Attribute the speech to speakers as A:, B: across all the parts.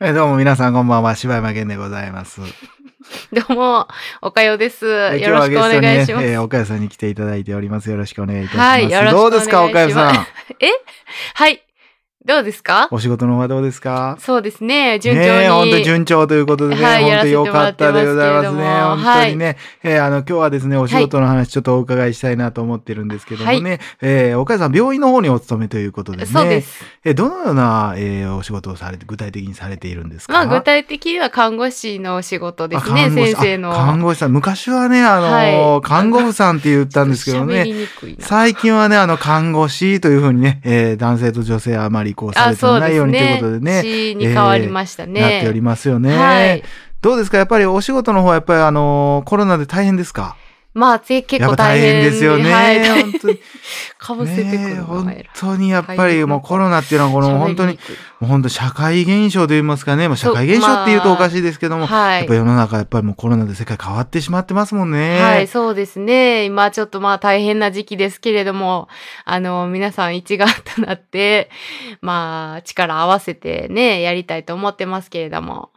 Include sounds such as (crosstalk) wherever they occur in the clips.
A: えどうも皆さんこんばんは、柴山健でございます。よ
B: (laughs) どうも、おかよです。
A: 今日
B: よろ
A: は
B: し
A: ゲ
B: くお
A: ストに
B: 願い
A: ね
B: しま、す。
A: えー、岡谷さんに来ていただいております。よろしくお願いいたします。
B: はいよろしく
A: どうですか、
B: お
A: 岡
B: 願
A: 谷
B: いし
A: さ
B: ます
A: ん。
B: はい。どうですか
A: お仕事の方はどうですか
B: そうですね、順調に。
A: ねえ、本当に順調ということでね、
B: はい
A: 本当に良かったでございま
B: やら
A: す
B: せても
A: ね。
B: らってますけれども
A: 本当にね、えーあの、今日はですね、お仕事の話ちょっとお伺いしたいなと思ってるんですけどもね、えー岡谷さん、病院の方にお勤めということでね、
B: そうです。
A: えーどのような、えーお仕事をされて、具体的にされているんですか
B: まあ、具体的には看護師のお仕事です
A: あ
B: ね、
A: 看護師
B: 先生の。
A: あ看護師さん、昔はね、あのー
B: はい
A: 看護婦さんって言ったんですけど
B: 喋
A: ね
B: り、 (laughs) にくいな。
A: 最近はね、あの、看護師というふうにね、えー男性と女性はあまりこうさ
B: あ、
A: れて
B: そう
A: な
B: で
A: いよ
B: す
A: うにという
B: ね
A: ことで。ね、
B: C に変わりましたね。
A: なっておりますよね。
B: はい。
A: どうですかやっぱりお仕事の方はやっぱりあのーコロナで大変ですか
B: まあ、ぜ結
A: やっ
B: 構
A: ぱ
B: 大
A: 大
B: 変
A: 変ですよね。
B: はい、
A: 本当に。
B: か (laughs) ぶせてく
A: ね
B: る
A: え
B: のが
A: 本当にやっぱりもうコロナっていうのはこ
B: こ
A: の本当に、もう本当社会現象と言いますかね、まあ、社会現象っていうとおかしいですけども、
B: は
A: やっ
B: い
A: ぱ。世の中やっぱりもうコロナで世界変わってしまってますもんね。
B: はい、そうですね。今ちょっとまあ大変な時期ですけれども、あの、皆さん一丸となって、まあ力合わせてね、やりたいと思ってますけれども。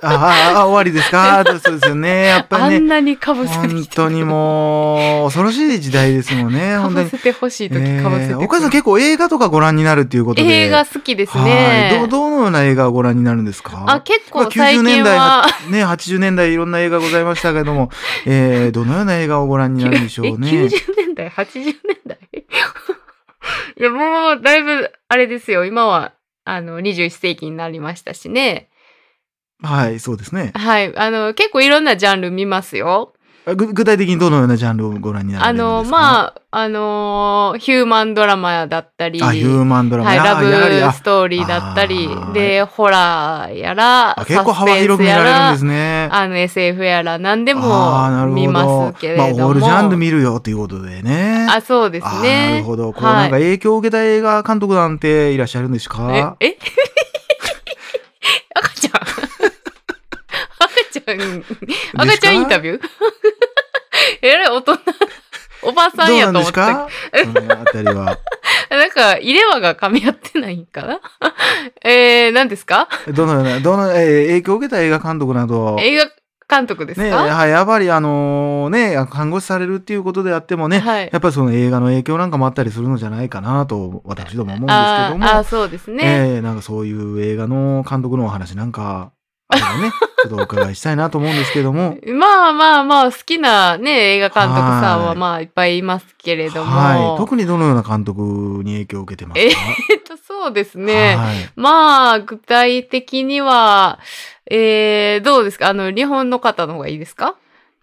A: ああああ、終わりです
B: (laughs)
A: かそうそうですよね。やっぱ
B: あ
A: り
B: ん
A: ね、
B: なにかぶせて
A: 本当にもう恐ろしい時代ですもんね。
B: か
A: 本当
B: ぶ
A: に。
B: せてほしい時かぶせて
A: え
B: く
A: ー
B: る
A: お母さん結構映画とかご覧になるっていうことで。
B: 映画好きです
A: はい。ど
B: ね
A: う。どのような映画をご覧になるんですか
B: あ、結
A: まあ
B: 構最
A: 90
B: 近
A: 年代
B: は、、
A: ね、80年代いろんな映画ございましたけども、えー、どのような映画をご覧になるんでしょ
B: (laughs) え、
A: うね。
B: 90年代 ?80 年代 (laughs) いや、もう、だいぶ、あれですよ。今は、あの、21世紀になりましたしね。
A: はい、そうですね。
B: はい。あの、結構いろんなジャンル見ますよ。
A: あぐ具体的にどのようなジャンルをご覧になら
B: あ
A: れるんですか
B: の、まあ、あのーヒューマンドラマだったり、
A: あ、ヒューマンドラマ。
B: はい、
A: や
B: ラ
A: やはりあ
B: ブストーリーだったり
A: あー、
B: で、ホラーやら、
A: あ結構幅広く見られるんですね。
B: あの、SF やら、何で
A: あーな
B: も
A: るほど
B: 見ますけれども。
A: まあ、オールジャンル見るよということでね。
B: あそうです
A: あー
B: ね。
A: なるほど。こう、
B: はい
A: なんか影響を受けた映画監督なんていらっしゃるんですか
B: ええ (laughs) 赤ちゃん赤ちゃん赤ちゃんインタ
A: ュ
B: ビュー (laughs) えらい大人、おばさんやと
A: どうなんで
B: 思っ
A: す
B: てたけど
A: かそのあたり
B: (laughs)
A: は。
B: なんか、入れ歯が噛み合ってないんかな (laughs) えー、何ですか
A: どのような、どの、えー影響を受けた映画監督など、
B: 映画監督です
A: ね、
B: か、
A: はいやっぱりあのね、看護師されるっていうことであってもね、
B: はい。
A: やっぱりその映画の影響なんかもあったりするのじゃないかなと、私ども思うんですけ
B: あ
A: ど
B: ー
A: も。
B: あー、そうですね。
A: ええなんかそういう映画の監督のお話なんか、あれば
B: (laughs)
A: ね、ちょっとお伺いしたいなと思うんですけども。
B: まあまあまあ、好きなね、映画監督さん
A: は
B: はいまあいっぱいいますけれども。
A: はい。特にどのような監督に影響を受けてますか
B: えっと、そうですね。
A: はい。
B: まあ、具体的には、えー、どうですかあの、日本の方の方がいいですか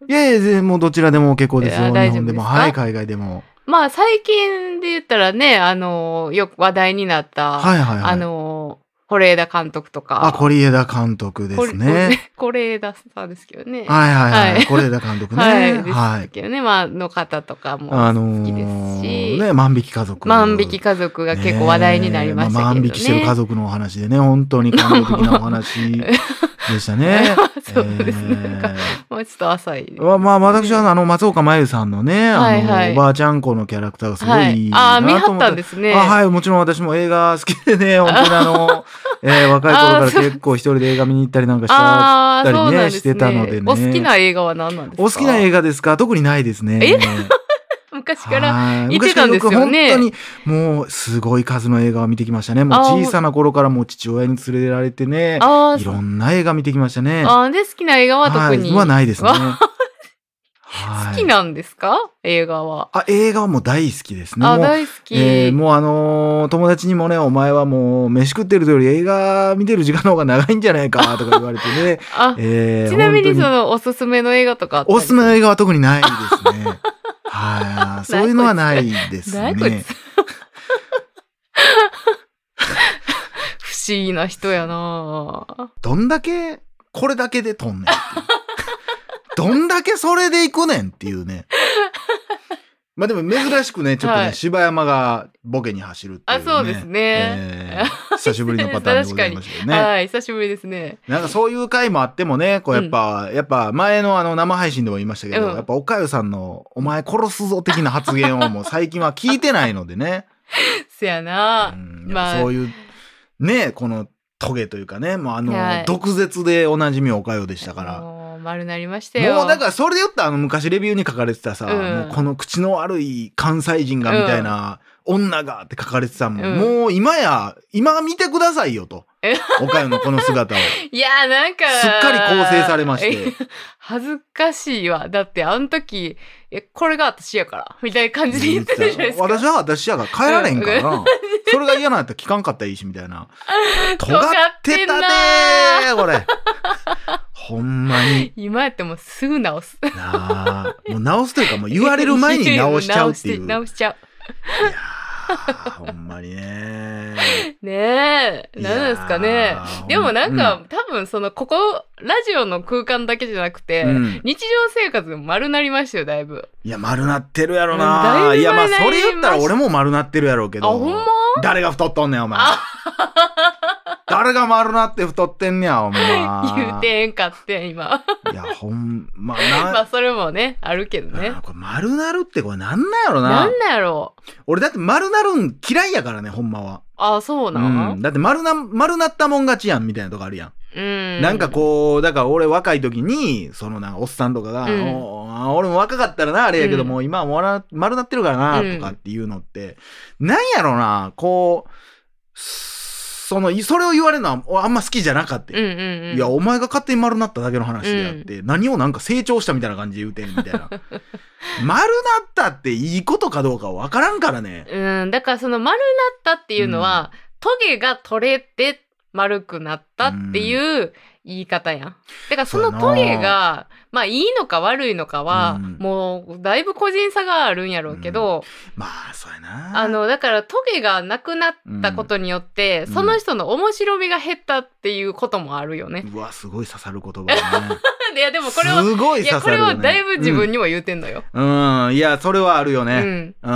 A: いやいやぜ、もうどちらでも結構です
B: い
A: よ。
B: や
A: 日
B: 大丈夫
A: 本でも。
B: ですか
A: はい、海外でも。
B: まあ、最近で言ったらね、あの、よく話題になった、
A: はいはいはい。
B: あの、是枝監督とか。
A: あ、是枝監督ですね。。
B: 是枝さんですけどね。
A: はいはいは。
B: はいい
A: 是枝監督ね。
B: はい。です
A: はい。
B: けどね、まあ、の方とかも
A: あ
B: 好
A: の
B: きです
A: ー
B: し、
A: ね、万引き家族。
B: 万引き家族が結構話題になりましたけ
A: ね
B: どね。
A: えあ万引きしてる家族のお話でね、本当に感動的なお
B: (laughs)
A: 話でしたね。
B: そうですね。なんか、
A: え
B: もうちょっと浅い。
A: ーわまあ、私はあの、松岡真優さんのね、あの、
B: はいはい
A: おばあちゃん子のキャラクターがすご
B: はい
A: い
B: い。あ
A: な
B: あ、見
A: と
B: 張
A: 思
B: っ
A: って、
B: たんですね。
A: あはい、もちろん私も映画好きで
B: (laughs)
A: ね、本当にあの、えー若い頃から結構一人で映画見に行ったりなんかした。
B: ああ、そうなんです
A: し、てたのでね
B: お好きな映画は何なんですか
A: お好きな映画ですか特にないですね。
B: え昔から。
A: はい
B: 行ってたんですよ
A: 昔から僕
B: ね
A: 本当に、もう、すごい数の映画を見てきましたね。もう
B: あー
A: 小さな頃からもう父親に連れられてね、
B: ああ、
A: いろんな映画見てきましたね。
B: あーで、好きな映画は特に。
A: はいはないですね。
B: わ
A: は
B: 好
A: い
B: きなんですか映画は。
A: あ、映画はもう大好きですね。
B: あ、
A: もう
B: 大好き。
A: えーもうあのー友達にもね、お前はもう飯食ってるというより映画見てる時間の方が長いんじゃないかとか言われて
B: (laughs)
A: ね。
B: あ、
A: えー
B: ちなみにそ
A: 本当
B: のおすすめの映画とかあったり
A: おすすめの映画は特にないですね。
B: (laughs)
A: はい。そういうのはないです
B: 何こい
A: ね
B: つ。不思議な人やなぁ
A: どんだけ、これだけでと (laughs) んねんっていう。どんだけそれで行くねんっていうね。まあでも珍しくね、ちょっとね、
B: はい
A: 柴山がボケに走るっていう、ね。
B: あそうですね
A: えー久しぶりのパターンでございましたよね。
B: (laughs) はい、久しぶりですね。
A: なんかそういう回もあってもね、こうやっぱ、やっぱ前のあの生配信でも言いましたけど、
B: うん
A: やっぱおかゆさんのお前殺すぞ的な発言をもう最近は聞いてないのでね。
B: せやな
A: う。ん、やっぱそういう、ね、このトゲというかね、もうあの
B: はい、
A: 毒舌でおなじみおかゆでしたから。
B: もう丸なりましたよ。
A: もうだからそれで言ったらあの昔レビューに書かれてたさ、
B: うん
A: もうこの口の悪い関西人がみたいな、女がって書かれてたもん、
B: うん
A: もう今や、今見てくださいよと
B: え。 (laughs)
A: おかゆのこの姿を。
B: いやーなんか。
A: すっかり構成されまして
B: え。恥ずかしいわ。だってあの時、え、これが私やから。みたいな感じで言ってたじゃないですか。
A: 私は私やから帰られへんからな。それが嫌なんやったら聞かんかったらいいし、みたい
B: (laughs)
A: な。尖ってたでー、これ。ほんまに。
B: 今やってもうすぐ直す。
A: なあ。もう直すというか、もう言われる前に直しちゃうっていう。いや
B: (laughs) 直しちゃ
A: ーほんまにね。
B: う。ねえ。 (laughs) 何ですか
A: い
B: ね
A: や。ー
B: でもなんか、、多分その、ここ、ラジオの空間だけじゃなくて、
A: うんうん
B: 日常生活でも丸なりましたよ、だいぶ。
A: いや、丸なってるやろ
B: うん
A: な。
B: だいぶ
A: いや、まあ、
B: 丸な
A: そ
B: り
A: れ言ったら俺も丸なってるやろうけ
B: あ、
A: ど。
B: ほんま
A: 誰が太っとんねん、お前。誰が丸なって太ってんねや、お前。
B: 言うてへんかって、今。
A: いや、ほんま、
B: まあ、
A: な、
B: それもね、あるけどね
A: あ。これ丸なるってこれなんなんやろ
B: な。
A: なん
B: なんやろう
A: 俺だって丸なるん嫌いやからね、ほんまは。
B: あ、そうな
A: うん
B: ん。
A: だって丸な、丸なったもん勝ちやん、みたいなとこあるやん。
B: うん。
A: なんかこう、だから俺若い時に、そのなんかおっさんとかが、
B: うん
A: おー俺も若かったらな、あれやけど
B: うん
A: も、今はもうら丸なってるから
B: う
A: な、
B: ん
A: とかっていうのって、なんやろな、こう、その、いそれを言われるのはおあんま好きじゃなかった。
B: うんうんうん。
A: いや、お前が勝手に丸なっただけの話であって、何をなんか成長したみたいな感じで言うてんみた
B: (laughs)
A: いな。丸なったっていいことかどうかわからんからね。
B: うん、だからその丸なったっていうのは、トゲが取れて丸くなったっていう言い方やん。だからそのトゲ
A: そうや
B: が、まあいいのか悪いのか
A: う
B: は、
A: ん
B: もうだいぶ個人差があるんやろうけど、
A: まあ、そうやな。
B: あ、の、だからトゲがなくなったことによって、
A: うん
B: その人の面白みが減ったっていうこともあるよね。
A: うわ、すごい刺さる言葉だね。
B: い (laughs) や、でもこれは、
A: すごい
B: い
A: 刺さる、ね。
B: や、これはだいぶ自分にも言うてんのよ。
A: うん、うんいや、それはあるよ
B: う
A: ね。
B: ん。
A: うん。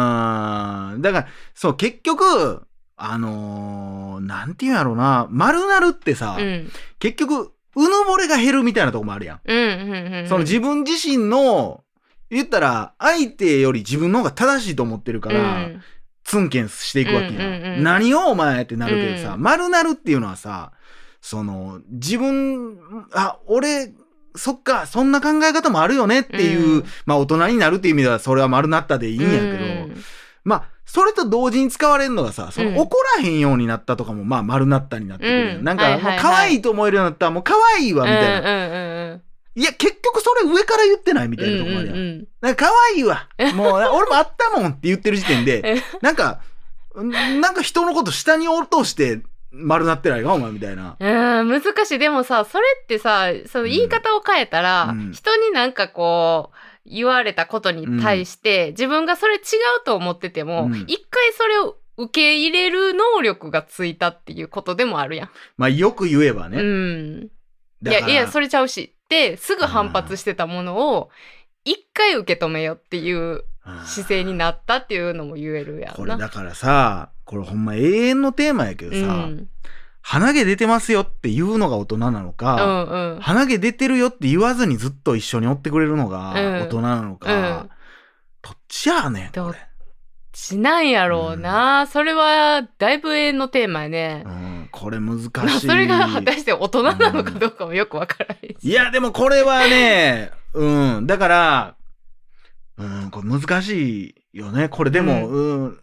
A: だから、そう、結局、あのーなんていうんやろうな、丸なるってさ、
B: うん。
A: 結局、うぬぼれが減るみたいなとこもあるやん。
B: うん。うん。うん。
A: その自分自身の、言ったら、相手より自分の方が正しいと思ってるか
B: う
A: ら、
B: ん。
A: ツンケンしていくわけや。
B: うんうんうんん
A: 何をお前ってなるけどさ、
B: うん
A: 丸なるっていうのはさ、その、自分、あ、俺、そっか、そんな考え方もあるよねっていう、
B: うん
A: まあ大人になるっていう意味ではそれは丸なったでいいんやけど、
B: うん
A: まあ、それと同時に使われるのがさ、そ
B: うん
A: の怒らへんようになったとかも、まあ丸なったになってくるやん。
B: うん
A: なん
B: はい
A: か、
B: はい
A: も
B: はい
A: う可愛いと思えるようになったら、もう可愛いわ、みたいな。
B: うんうんうんうん。
A: いや、結局それ上から言ってないみたいなとこもあるやん。
B: ん、
A: なんか可愛いわ。もう、俺もあったもんって言ってる時点でなんか、なんか人のこと下に落として丸なってないか、お前みたいな。
B: うん、難しい。でもさ、それってさ、その言い方を変えたら、
A: うん
B: 人になんかこう、言われたことに対して、自分がそれ違うと思ってても、
A: うん
B: 一回それを受け入れる能力がついたっていうことでもあるやん。
A: まあ、よく言えば
B: う
A: ね。
B: ん。い
A: だか
B: や、
A: ら
B: いや、それちゃうし。って、すぐ反発してたものを、一回受け止めよっていう
A: うん
B: 姿勢になったっていうのも言えるや
A: こ
B: ん
A: れ
B: な。
A: だからさ、これほんま永遠のテーマやけど
B: う
A: さ、
B: ん。
A: 鼻毛出てますよって言うのが大人なの
B: う
A: か、
B: んうん。
A: 鼻毛出てるよって言わずにずっと一緒におってくれるのが
B: うん
A: 大人なのか、
B: うん
A: どっちやねん、こ
B: どっ
A: れ。
B: しないやろうな。それは、だいぶ永遠のテーマやね。
A: うん、これ難し
B: まあ
A: い。
B: (laughs) それが果たして大人なのかどうかもよくわからないし。
A: いや、でもこれはね、うん、だから、うん、これ難しいよね。これでも、うん、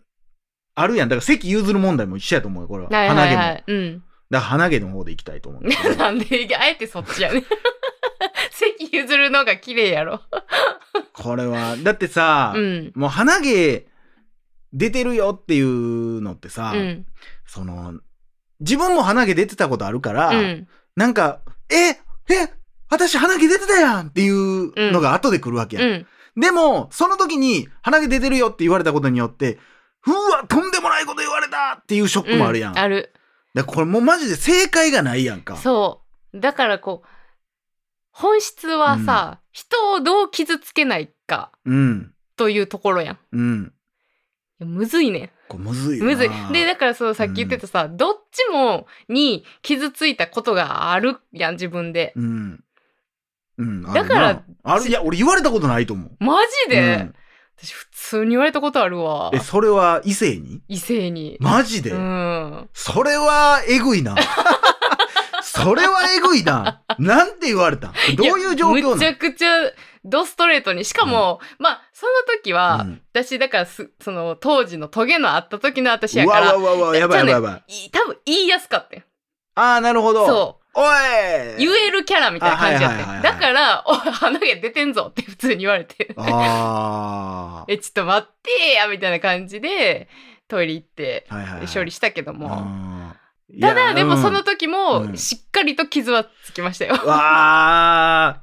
A: あるやん。だから席譲る問題も一緒やと思うよ、これは。
B: はいはいはい、
A: 鼻毛も。
B: うん。
A: だから鼻毛の方で行きたいと
B: (laughs)
A: 思う。
B: なんで、あえてそっちやね。 (laughs) 席譲るのが綺麗やろ。
A: これは、だってさ、
B: うん。
A: もう鼻毛出てるよっていうのってさ、
B: うん。
A: その、自分も鼻毛出てたことあるから、
B: うん。
A: なんか、え、え、私鼻毛出てたやんっていうのが後で来るわけやん
B: うん。
A: でも、その時に鼻毛出てるよって言われたことによって、うわ、とんでもないこと言われたっていうショックもあるやん。
B: うある。
A: だからこれもうマジで正解がないやんか。
B: そう。だからこう、本質はさ、人をどう傷つけないか
A: うん。
B: というところやん。い
A: うん。
B: やむずいねん。
A: これむずいよな。
B: むずい。で、だからそう、さっき言ってたさ、どっちもに傷ついたことがあるやん、自分で。
A: うん。うん。あるな
B: だから、
A: ある、いや、俺言われたことないと思う。
B: マジで、
A: うん
B: 私普通に言われたことあるわ
A: え、。それは異性に
B: 異性に。
A: マジで、
B: うん。
A: それはえぐい
B: (laughs)
A: な。それはえぐいな。なんて言われたんどういう状況
B: むち
A: な
B: ゃくちゃ、ドストレートに。しかも、まあ、その時は、
A: の、うん
B: 私、だからす、その、当時のトゲのあった時の私や
A: う
B: か
A: わ
B: ら、
A: うわうわうわ、やばいやばいやばい。
B: い多分言いやすかったよ。
A: ああ、なるほど。。
B: そう
A: お
B: う。
A: い
B: 言えるキャラみたいな感じやっ
A: あはいは
B: た
A: い
B: よ。
A: はいはい
B: だから、おい、鼻毛出てんぞって普通に言われて。
A: あ
B: え、ちょっと待ってや、みたいな感じで、トイレ行って、
A: あ。はいはいはい。
B: 処理したけども。
A: あーいや
B: ただ、でもそ
A: うん
B: の時
A: う
B: も、
A: ん
B: しっかりと傷はつきましたよ。
A: わあ。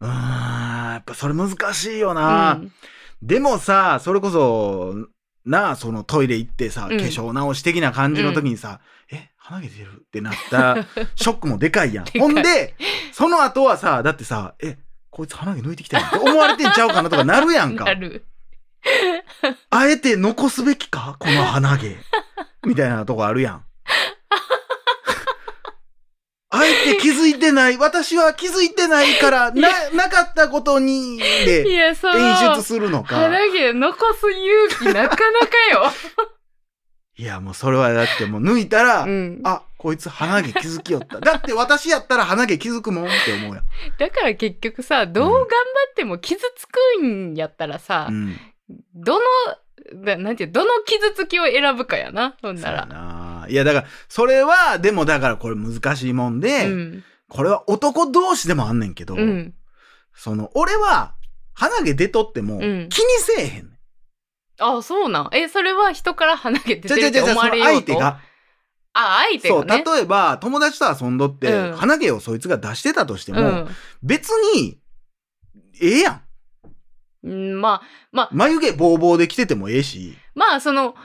A: うーん、やっぱそれ難しいよな。
B: うん
A: でもさ、それこそ、なあ、そのトイレ行ってさ、
B: うん
A: 化粧直し的な感じの時にさ、え、鼻毛出るってな
B: (laughs)
A: った、ショックもでかいやん。
B: かい
A: ほんで、その後はさ、だってさ、え、こいつ鼻毛抜いてきたやんって思われてんちゃうかなとかなるやんか
B: な。る。
A: あえて残すべきかこの鼻
B: (laughs)
A: 毛。みたいなとこあるやん。あえて気づいてない。私は気づいてないから、な、なかったことに、
B: い
A: で、
B: や、そう。
A: 演出するのか。
B: 鼻毛残す勇気なかなかよ。
A: いや、もうそれはだってもう抜いたら、
B: うん、
A: (laughs) あ、こいつ鼻毛気づきよった。だって私やったら鼻毛気づくもんって思うやん。
B: だから結局さどう頑張っても傷つくんやったらさ、
A: うん。
B: どのななんていうどの傷つきを選ぶかやなそん
A: そ
B: な
A: うや
B: ら。
A: ないや、だから、それは、でもだからこれ難しいもんで、
B: うん
A: これは男同士でもあんねんけど、
B: うん、
A: その、俺は、鼻毛出とっても、
B: ん
A: 気にせえへんねん。
B: あそうなんえそれは人から鼻毛出てるって思
A: そ
B: わ
A: の
B: れよ
A: 相
B: うと
A: 手が。
B: あ相手
A: そう、
B: がね
A: 例えば、友達と遊んどって、
B: うん
A: 鼻毛をそいつが出してたとしても、
B: うん
A: 別に、ええやん。
B: うん、まあ
A: 眉毛ボーボーで来ててもええし、
B: まあその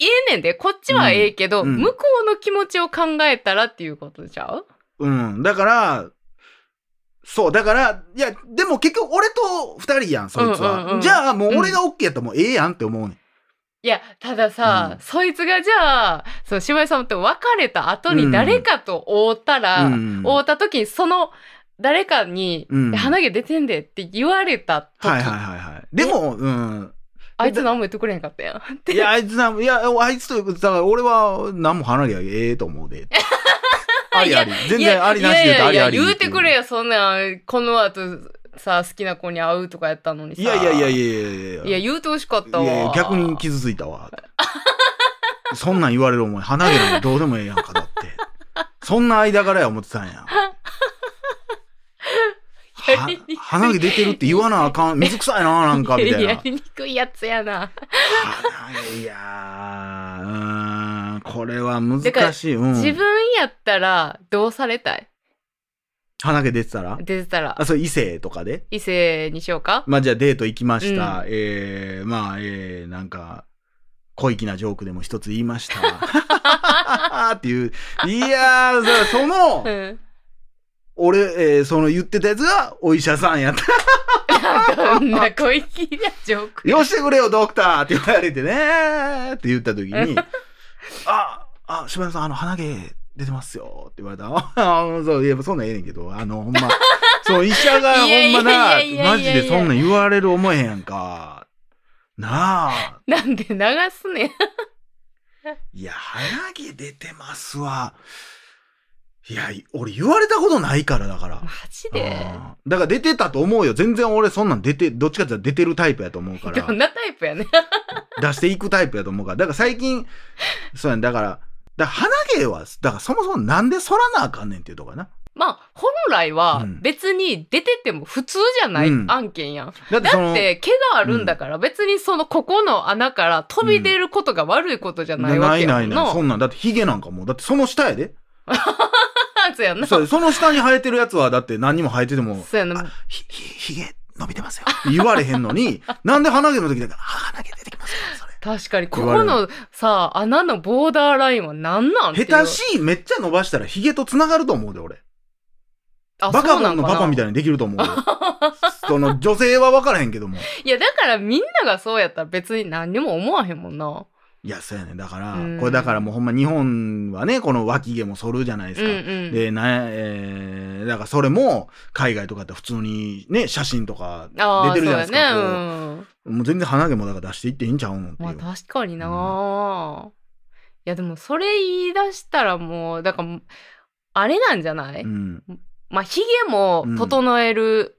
B: ええねんでこっちはええけど、
A: うんうん
B: 向こうの気持ちを考えたらっていうことちゃう
A: うん。だから、そう、だから、いや、でも結局俺と二人やん、そいつは。
B: うんうんうん
A: じゃあ、もう俺が OK やったらもうええやんって思うねん。
B: いや、たださ、
A: うん
B: そいつがじゃあ、その姉妹さんと別れた後に誰かと会うたら、
A: うん
B: 会うた時にその誰かに、
A: うん
B: いや鼻毛出てんでって言われた時、
A: はいはいはいはい。でも、うん。
B: あいつ何も言ってくれへんかったやん。
A: いや、あいつな、いや、あいつというか、だから俺は何も離れやええと
B: (laughs)
A: 思うで。ありあり。全
B: いや
A: 然ありなしで
B: い
A: 言うとあ
B: やい
A: り
B: や
A: あ
B: い
A: り。
B: や言うてくれ。よ、そんなん、この後さ、好きな子に会うとかやったのにさ。
A: いやいやいやい
B: い
A: やいやいや
B: や。いや、言うてほしかった
A: い
B: わ。
A: やいや逆に傷ついたわ。 (laughs) そんなん言われる思い、鼻毛なんかどうでもええやんか、だって。そんな間柄や思って
B: (laughs)
A: たんや。は
B: やりにくい
A: 鼻毛出てるって言わなあかん。水臭いな、なんか、みたい
B: (laughs) や
A: な。
B: りにくいやつやな。
A: 鼻毛いやー、うーん、これは難しい。うん。
B: 自分やったら、どうされたい
A: 鼻毛出てたら
B: 出てたら (laughs)
A: あ、。そう、異性とかで
B: 異性にしようか
A: まあじゃあデート行きました。えー、まあ、えー、なんか、小粋なジョークでも一つ言いま
B: (laughs)
A: した。っていう。いやー、そその、
B: うん。
A: 俺、えーその言ってたやつがお医者さんやった。
B: どんな小粋なジョーク。
A: よしてくれよ、ドクターって言われてねーって言った時に、あ、あ、柴田さん、あの、鼻毛出てますよって言われた。 (laughs) あそう、いや、そんなんええねんけど、あの、
B: (laughs)
A: ほんま、そう、医者がほ
B: いや
A: ん
B: い
A: まな
B: やいやいやいや、
A: マジでそんなん言われる思えへんやんか。なあ。
B: なんで流すねん。
A: いや、鼻毛出てますわ。いや、俺言われたことないから、だから
B: マ。ジで。
A: うんだから出てたと思うよ。全然俺そんなん出て、どっちかって言ったら出てるタイプやと思うから
B: ど。んなタイプやねん。
A: 出していくタイプやと思うから。だから最近、そうやん、だから、だから鼻毛は、だからそもそもなんで剃らなあかんねんっていうとこやな。
B: まあ、本来は
A: うん
B: 別に出てても普通じゃない
A: うん
B: 案件やん。
A: だってその、
B: だって、毛があるんだから、別にそのここの穴から飛び出ることが悪いことじゃないわ
A: な
B: け
A: い
B: や
A: なんい
B: の。
A: ない。そんなん、だってヒゲなんかもう、だってその下やで。
B: そうやんな。
A: そうその下に生えてるやつは、だって何にも生えてても、
B: そうやな。
A: あひ、ひ、ひげ伸びてますよ。言われへんの
B: (laughs)
A: に、なんで鼻毛の時だけ、あ鼻毛出てきますよ、それ。
B: 確かに、ここのさ、穴のボーダーラインは何なんていう
A: 下手しい、めっちゃ伸ばしたらヒゲと繋がると思うで、俺。
B: あ
A: バカボンの
B: そうなんかな
A: パ
B: (laughs)
A: パみたいにできると思うで。その女性は分からへんけども。
B: いや、だからみんながそうやったら別に何にも思わへんもんな。
A: いや、そうやね。だから、
B: うん
A: これだからもうほんま日本はね、この脇毛も剃るじゃないです
B: うんう
A: か。
B: ん。
A: で、な、えーだからそれも、海外とかって普通にね、写真とか
B: ああ、
A: 出て
B: そう
A: るじゃないで
B: や
A: す
B: ね。
A: か。
B: う
A: こ
B: ん。
A: うもう全然鼻毛もだから出していっていいんちゃうのってい
B: まあ
A: う。
B: 確かにな、いやでもそれ言い出したらもうだからあれなんじゃない、
A: うん。
B: まあひげも整える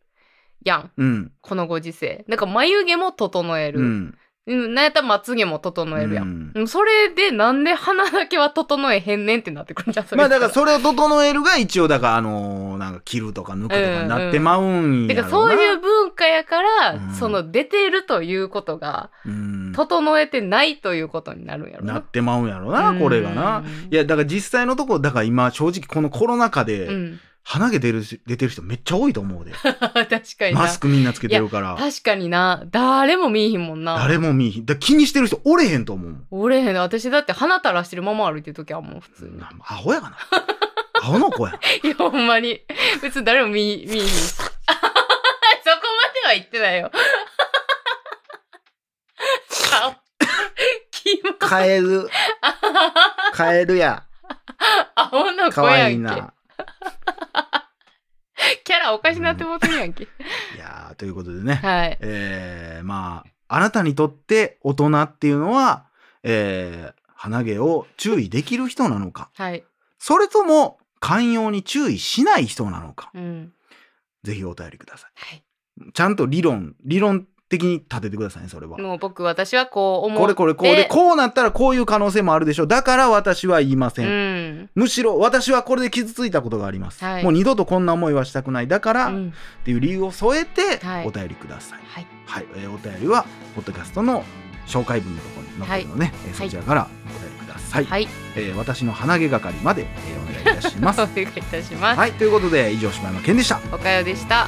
B: やん、
A: うん。
B: このご時世なんか眉毛も整え
A: う
B: る、
A: ん。
B: うん、なんやったらまつげも整えるや、
A: うんん
B: でもそれでなんで鼻だけは整えへんねんってなってくるんじゃんそれ
A: まあだから
B: そ
A: それを整えるが一応だからあのーなんか切るとか抜くとかになってまうん
B: だ
A: や
B: から
A: ろ
B: そう
A: な。
B: いう文化やから、
A: うん
B: その出てるということが
A: うん
B: 整えてないということになるんやろ
A: なっ
B: な。
A: てまうんやろな、これがな。い
B: や、
A: やだから実際のとこだから今正直このコロナ禍
B: う
A: で
B: ん、 (laughs)
A: 鼻毛出るし出てる人めっちゃ多いと思うで。
B: 確かにな
A: マスクみんなつけてるから。
B: 確かにな誰も見えひんもんな
A: 誰も見いひん。だから気にしてる人おれへんと思うもん。
B: おれへんの私だって鼻垂らしてるまま歩いてる時はもう普通に、
A: なアホやかな。アホの子やん。
B: (laughs) いやほんまに別に誰も見見えひん (laughs) そこまでは言ってないよ (laughs) 顔キモ
A: カエ
B: (laughs)
A: ル。カエルや。
B: アホの
A: か
B: 子
A: わ
B: や
A: いい
B: んけ
A: な。
B: キャラおかしなってもうてるやんけ
A: いやーということでね。
B: はい
A: えー、まあ、あなたにとって大人っていうのは、えー、鼻毛を注意できる人なのか、
B: はい
A: それとも寛容に注意しない人なのか、
B: うん
A: ぜひお便りくださ
B: はい
A: い。ちゃんと理論、理論的に立ててくださいね、それは。
B: もう僕私はこう思う
A: これこれこうで、こうなったらこういう可能性もあるでしょう。だから私は言いませ。
B: うんん
A: むしろ私はこれで傷ついたことがあります、
B: はい
A: もう二度とこんな思いはしたくない。だから、
B: う
A: っ
B: ん
A: ていう理由を添えて
B: はい
A: お便りください。
B: はい
A: はい、えーお便りはポッドキャストの紹介文のところに載ってるので、えーそちらからお便りください。
B: はい
A: えー私の鼻毛係まで、えーお願いいたしま
B: お (laughs)
A: す。
B: 願いいたします、
A: はい、ということで以上柴山健でした。
B: おかよでした